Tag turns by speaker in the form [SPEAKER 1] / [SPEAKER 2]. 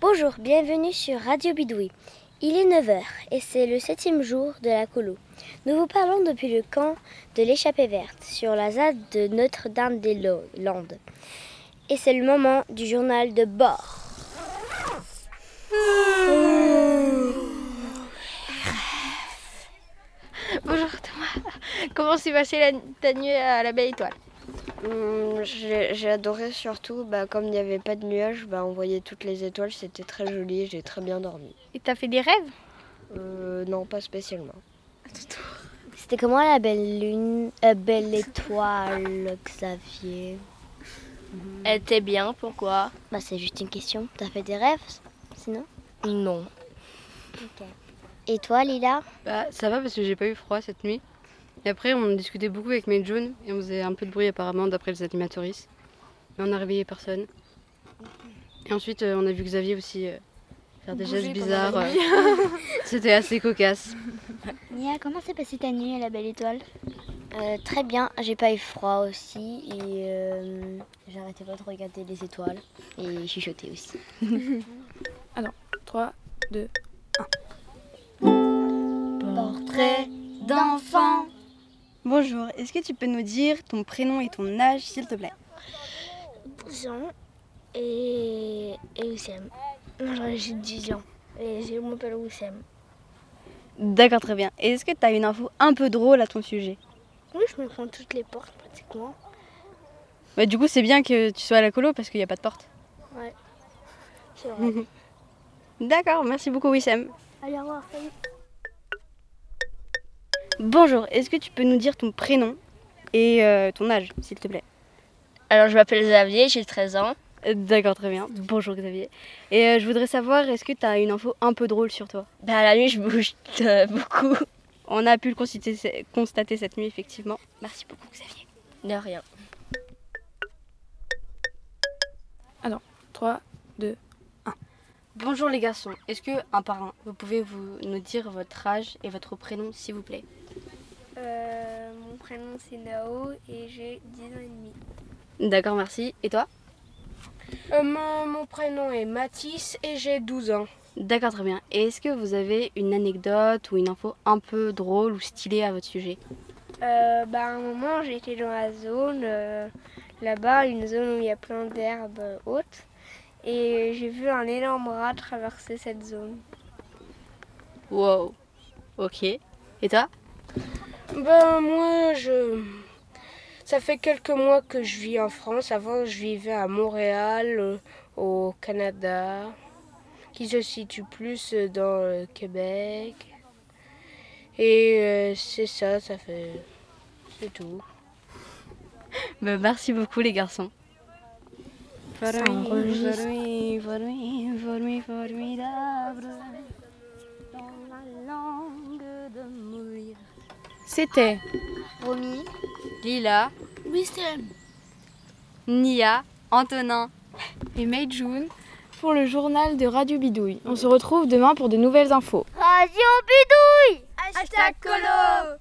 [SPEAKER 1] Bonjour, bienvenue sur Radio Bidouille. Il est 9h et c'est le septième jour de la colo. Nous vous parlons depuis le camp de l'échappée verte sur la ZAD de Notre-Dame-des-Landes. Et c'est le moment du journal de bord.
[SPEAKER 2] Bonjour Thomas, comment s'est passée la, ta nuit à la belle étoile
[SPEAKER 3] Hum, J'ai j'ai adoré surtout, bah, comme il n'y avait pas de nuages, bah, on voyait toutes les étoiles, c'était très joli, j'ai très bien dormi.
[SPEAKER 2] Et t'as fait des rêves
[SPEAKER 3] Euh, non, pas spécialement.
[SPEAKER 1] C'était comment la belle lune, euh, belle étoile, Xavier
[SPEAKER 2] Elle était bien, pourquoi
[SPEAKER 1] Bah c'est juste une question. T'as fait des rêves, sinon
[SPEAKER 2] Non.
[SPEAKER 1] Et toi, Lila
[SPEAKER 4] Bah, ça va parce que j'ai pas eu froid cette nuit. Et après, on discutait beaucoup avec mes jaunes et on faisait un peu de bruit apparemment d'après les animatrices. Mais on a réveillé personne. Et ensuite, euh, on a vu Xavier aussi euh, faire des gestes bizarres. euh. C'était assez cocasse.
[SPEAKER 5] Nia, comment s'est passée ta nuit à la belle étoile
[SPEAKER 1] Euh, Très bien. J'ai pas eu froid aussi et euh, j'arrêtais pas de regarder les étoiles et chuchoter aussi.
[SPEAKER 6] 3, 2,
[SPEAKER 5] Portrait d'enfant.
[SPEAKER 7] Bonjour, est-ce que tu peux nous dire ton prénom et ton âge, s'il te plaît
[SPEAKER 1] Jean et, et Oussem. J'ai 10 ans et je m'appelle Oussem.
[SPEAKER 7] D'accord, très bien. Et est-ce que tu as une info un peu drôle à ton sujet
[SPEAKER 1] Oui, je me prends toutes les portes pratiquement.
[SPEAKER 7] bah, Du coup, c'est bien que tu sois à la colo parce qu'il n'y a pas de porte.
[SPEAKER 1] C'est
[SPEAKER 7] D'accord, merci beaucoup Wissem.
[SPEAKER 1] Allez, au revoir.
[SPEAKER 7] Bonjour, est-ce que tu peux nous dire ton prénom et euh, ton âge, s'il te plaît
[SPEAKER 2] Alors je m'appelle Xavier, j'ai 13 ans.
[SPEAKER 7] Euh, D'accord, très bien. Bonjour Xavier. Et euh, je voudrais savoir, est-ce que tu as une info un peu drôle sur toi
[SPEAKER 2] Bah la nuit je bouge euh, beaucoup.
[SPEAKER 7] On a pu le constater, constater cette nuit, effectivement. Merci beaucoup Xavier.
[SPEAKER 2] De rien.
[SPEAKER 6] 3.
[SPEAKER 4] Bonjour les garçons, est-ce que, un par un, vous pouvez vous, nous dire votre âge et votre prénom, s'il vous plaît
[SPEAKER 5] Euh, mon prénom c'est Nao et j'ai 10 ans et demi.
[SPEAKER 7] D'accord, merci. Et toi
[SPEAKER 8] Euh, mon prénom est Mathis et j'ai 12 ans.
[SPEAKER 4] D'accord, très bien. Et est-ce que vous avez une anecdote ou une info un peu drôle ou stylée à votre sujet
[SPEAKER 5] Euh, bah, à un moment j'étais dans la zone, euh, là-bas, une zone où il y a plein d'herbes euh, hautes. Et j'ai vu un énorme rat traverser cette zone.
[SPEAKER 4] Wow. Ok. Et toi
[SPEAKER 8] Ben moi je ça fait quelques mois que je vis en France. Avant je vivais à Montréal euh, au Canada qui se situe plus euh, dans le Québec. Et euh, c'est ça, ça fait c'est tout.
[SPEAKER 7] Bah, Merci beaucoup les garçons.
[SPEAKER 6] C'était
[SPEAKER 5] Romy,
[SPEAKER 4] Lila, Nia, Antonin.
[SPEAKER 6] et Mei June pour le journal de Radio Bidouille. On se retrouve demain pour de nouvelles infos.
[SPEAKER 5] Radio Bidouille Hashtag Colo